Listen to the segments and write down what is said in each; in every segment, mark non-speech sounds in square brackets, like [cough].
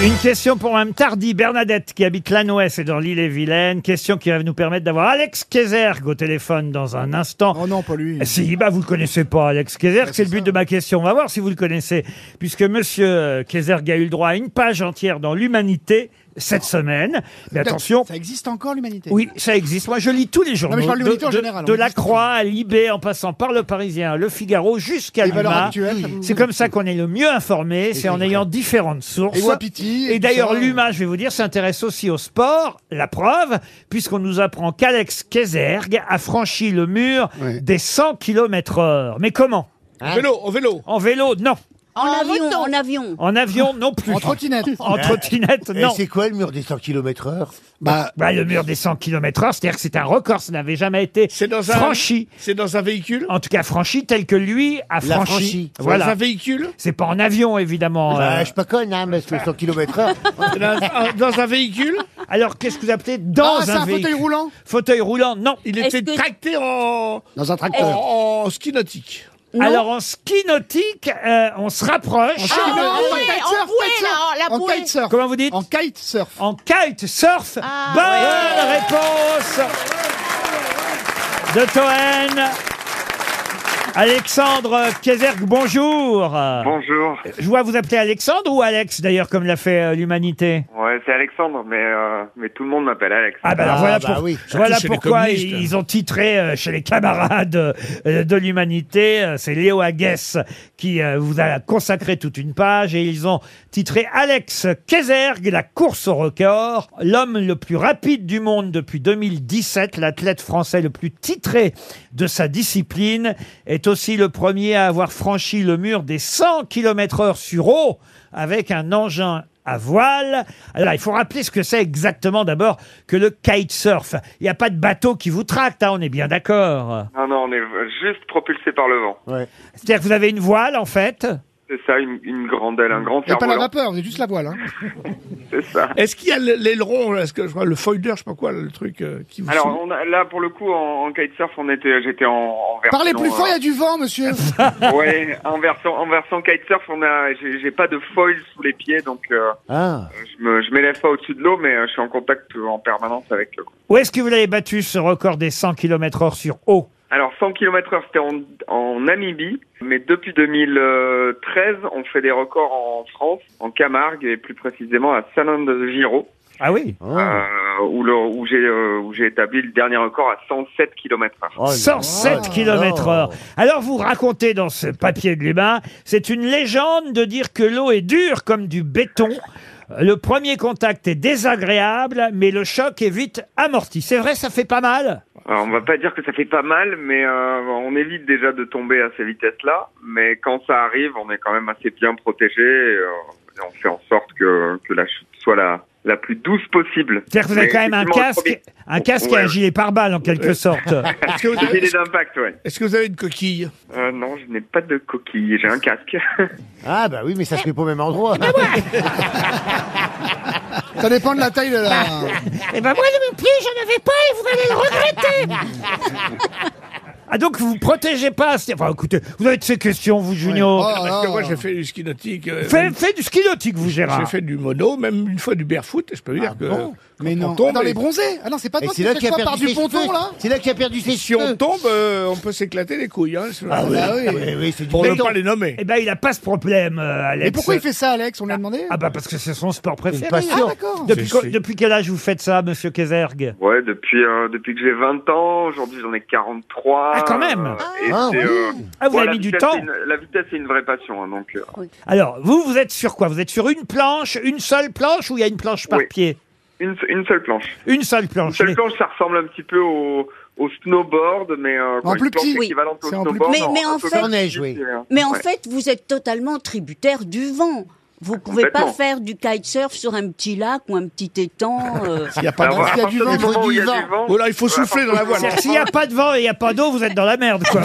Une question pour Mme Tardy, Bernadette, qui habite l'Anoès et dans l'île-et-Vilaine. Question qui va nous permettre d'avoir Alex Kézergue au téléphone dans un [laughs] instant. Oh non, pas lui. Si, bah, vous le connaissez pas, Alex Kézergue. C'est le but de ma question. On va voir si vous le connaissez. Puisque Monsieur Kézergue a eu le droit à une page entière dans l'Humanité cette semaine. Mais attention. Ça existe encore l'humanité Oui, ça existe. Moi, je lis tous les journaux. mais je parle de de, l'Humanité en de- général, hein, de on La existe. Croix à Libé, en passant par Le Parisien, Le Figaro, jusqu'à Les valeurs Luma. actuelles, ça vous- C'est comme ça qu'on est le mieux informé. C'est en ayant différentes sources. Et Wapiti, et Et tout d'ailleurs, ça. l'humain, je vais vous dire, s'intéresse aussi au sport. La preuve, puisqu'on nous apprend qu'Alex Kézergue a franchi le mur Ouais. des 100 km heure. Mais comment Hein Vélo, en vélo. En vélo, non. En, avion, en avion. En avion, non plus. En trottinette. En trottinette, Et non. c'est quoi le mur des 100 km heure bah, Bah, le mur des 100 km heure, c'est-à-dire que c'est un record, ça n'avait jamais été C'est dans un franchi. C'est dans un véhicule. En tout cas, franchi tel que lui a L'a franchi. franchi. Dans un Voilà. véhicule. C'est pas en avion, évidemment. Bah, euh. Je suis pas conne, hein, mais c'est 100 km heure. Dans un, Ah, dans un véhicule. euh. Alors, qu'est-ce que vous appelez dans Ah, c'est un véhicule fauteuil roulant Fauteuil roulant, non. Il Est-ce était que- tracté en, [laughs] Dans un Eh. en, tracteur. en ski nautique. Non. Alors, en ski nautique, euh, on se rapproche. Ah, non, en bouée, kitesurf, en kitesurf, bouée, là, la en bouée. kitesurf. Comment vous dites En kitesurf. En kite surf. Ah, Bonne réponse de Toen. Alexandre Kézergue, bonjour. Bonjour. Je vois vous appeler Alexandre ou Alex d'ailleurs, comme l'a fait euh, l'humanité. Ouais, c'est Alexandre, mais, euh, mais tout le monde m'appelle Alex. Ah bah, alors Ah, voilà, bah pour- oui. voilà Surtout chez les pourquoi communistes. ils, ils ont titré euh, chez les camarades euh, euh, de l'humanité. euh, C'est Léo Aguès qui euh, vous a consacré toute une page et ils ont titré Alex Kézergue, la course au record, l'homme le plus rapide du monde depuis 2017, l'athlète français le plus titré de sa discipline, est aussi le premier à avoir franchi le mur des 100 km heure sur eau avec un engin à voile. Alors, il faut rappeler ce que c'est exactement d'abord que le kitesurf. Il n'y a pas de bateau qui vous tracte, hein, on est bien d'accord. Non, non, on est juste propulsé par le vent. C'est-à-dire que vous avez une voile, en fait. C'est ça, une, une grande aile, un grand Et pas la cerf-volant. vapeur, c'est juste la voile. Hein. C'est ça. Ah, Est-ce qu'il y a le- l'aileron là, Est-ce que je crois le foider, je sais pas quoi, le truc euh, qui vous. Alors, soulève on a, là, pour le coup, en, en kitesurf, on était, j'étais en, en version... Parlez plus fort, il y a du vent, [laughs] monsieur. euh, Ouais, en version, en version kitesurf, on a, j'ai j'ai pas de foil sous les pieds, donc euh, Ah. je me, je m'élève pas au-dessus de l'eau, mais euh, je suis en contact euh, en permanence avec eux. Où est-ce que vous l'avez battu, ce record des 100 km heure sur eau Alors, 100 km heure, c'était en, en Namibie, mais depuis 2013, on fait des records en France, en Camargue, et plus précisément à Salins de Giro. Ah oui Ah. euh, où, le- où j'ai euh, où j'ai établi le dernier record à 107 km/h. Oh là là. 107 km heure. Alors, vous racontez dans ce papier de l'humain, c'est une légende de dire que l'eau est dure comme du béton. Le premier contact est désagréable, mais le choc est vite amorti. C'est vrai, ça fait pas mal Alors on va pas dire que ça fait pas mal, mais euh, on évite déjà de tomber à ces vitesses-là. Mais quand ça arrive, on est quand même assez bien protégé. et, euh, et on fait en sorte que, que la chute soit la la plus douce possible. C'est-à-dire que vous avez Mais quand même un effectivement, le casque, premier- un casque et un Ouais. Euh. gilet pare-balles en quelque [laughs] sorte. Est-ce Ah, que, vous Le avez- gilet d'impact, ouais. est-ce que vous avez une coquille Euh, non, je n'ai pas de coquille, j'ai un casque. [laughs] Ah, bah oui, mais ça se met pas au même endroit. Ça dépend de la taille de la. Ah, Et ben moi non plus, j'en avais pas et vous allez le regretter. ah donc vous vous protégez pas. c'est- Enfin écoutez, vous avez de ces questions, vous Junio. Oh, Parce que oh. moi j'ai fait du ski nautique. euh, Faites faites du ski nautique, vous J'ai Gérard. fait du mono, même une fois du barefoot, et je peux dire que bon quand Ah Mais on non. tombe, dans les et- bronzés. Ah non, c'est pas Et toi c'est qui là fais qu'il a ça par perdu du ses ponton, cheveux. là C'est là qu'il a perdu ses si on cheveux. Ah tombe, euh, on peut s'éclater les couilles. Hein, sur- bah oui. Oui, oui, c'est du Pour ne béton. pas les nommer. Eh ben il a pas ce problème, euh, Alex. Et pourquoi il fait ça, Alex On lui a demandé Ah bah parce que c'est son sport Une préféré. Ah, passion. d'accord. Depuis, C'est- quoi- c'est- depuis quel âge vous faites ça, Monsieur Kézergue Ouais, depuis euh, depuis que j'ai 20 ans, aujourd'hui j'en ai 43. Ah, quand même. euh, et Ah, c'est, oui. euh, Ah vous bon, avez la mis du vitesse, temps. c'est une- la vitesse c'est une vraie passion, hein, donc. euh, Alors vous vous êtes sur quoi Vous êtes sur une planche, une seule planche ou il y a une planche par Oui. pied Une, une seule planche. Une seule Une planche. seule planche, ça ressemble un petit peu au, au snowboard, mais euh, quoi, En une plus planche petit. Oui. équivalente au C'est en plus snowboard. petit. Mais- mais un en peu fait- plus Neige, petit, oui. euh, Mais en ouais. fait, vous êtes totalement tributaire du vent. Vous pouvez pas complètement. faire du kitesurf sur un petit lac ou un petit [laughs] étang. euh. Il n'y a pas Alors, de... qu'il y a du à partir vent, il faut moment où du il y a vent. du vent. Oh là, il faut souffler dans la voile. C'est-à-dire que s'il n'y a pas de vent et il n'y a pas d'eau, vous êtes dans la merde, quoi.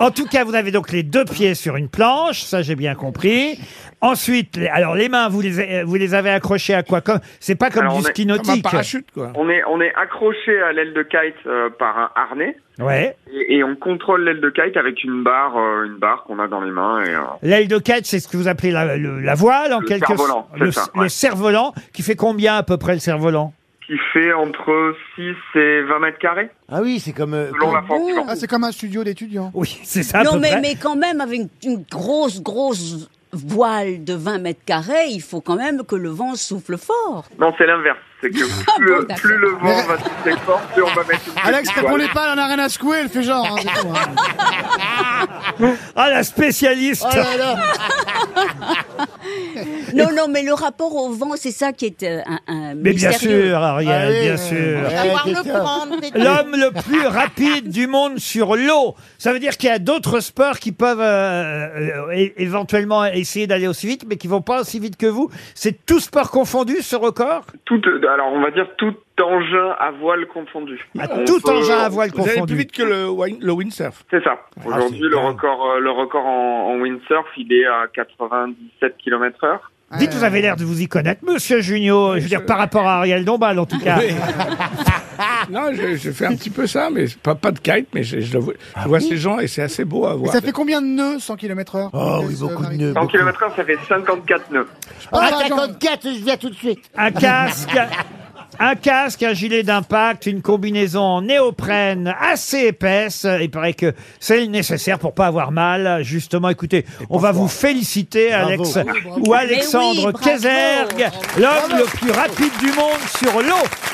En tout cas, vous avez donc les deux pieds sur une planche, ça j'ai bien compris. Ensuite, les- alors les mains, vous les, vous les avez accrochées à quoi Comme- C'est pas comme Alors, du on est- ski Comme un nautique. parachute, quoi. On est, on est accroché à l'aile de kite euh, par un harnais Ouais. et, et on contrôle l'aile de kite avec une barre, euh, une barre qu'on a dans les mains. Et, euh, L'aile de kite, c'est ce que vous appelez la, le- la voile en Le quelque cerf-volant, c'est Le, ça, le ouais. cerf-volant, qui fait combien à peu près le cerf-volant qui fait entre 6 et 20 mètres carrés, Ah oui, c'est comme. euh, selon la Mmh. Ah forme du bon vent. Ah, c'est comme un studio d'étudiants. Oui, c'est ça. à non, peu mais, près. mais quand même, avec une grosse, grosse voile de 20 mètres carrés, il faut quand même que le vent souffle fort. Non, c'est l'inverse. C'est que Ah plus, bon, euh, d'accord. plus le vent va souffler fort, plus on va mettre une petite Alex, voile. répondez pas, elle en a rien à secouer, elle fait genre. hein, c'est tout, hein. Ah [laughs] Ah, la spécialiste Oh Non, non, mais le rapport au vent, c'est ça qui est euh, un, un Mais bien mystérieux. Ah sûr, Ariel, Allez, bien euh, sûr. ouais, Savoir le Christian. prendre, c'est tout. L'homme le plus rapide du monde sur l'eau. Ça veut dire qu'il y a d'autres sports qui peuvent euh, euh, é- éventuellement essayer d'aller aussi vite, mais qui vont pas aussi vite que vous. C'est tout sport confondu, ce record Tout, euh, alors on va dire tout engin à voile confondu. Ah, On Tout peut- engin à voile Ah, Vous allez plus confondu. vite que le, win- le windsurf. C'est ça. Aujourd'hui, c'est le dingue. record, euh, le record en, en windsurf, il est à 97 km heure. Dites, vous avez l'air de vous y connaître, monsieur Junio. Je veux dire, par rapport à Ariel Dombal, [laughs] en tout Ah. cas. Oui. non, je, je fais un petit peu ça, mais c'est pas, pas de kite, mais je, je le vois, je vois ces gens et c'est assez beau à Ah Et voir. ça fait combien de nœuds 100 km/h Oh oui, beaucoup de nœuds. 100 beaucoup. km heure, ça fait 54 nœuds. Oh, 54, je viens tout de suite. Un casque. Un casque, un gilet d'impact, une combinaison en néoprène assez épaisse. Il paraît que c'est le nécessaire pour pas avoir mal. Justement, écoutez, on va vous féliciter, Bravo. Alex Bravo, ou Alexandre bravo. Kézergue, l'homme le plus rapide du monde sur l'eau.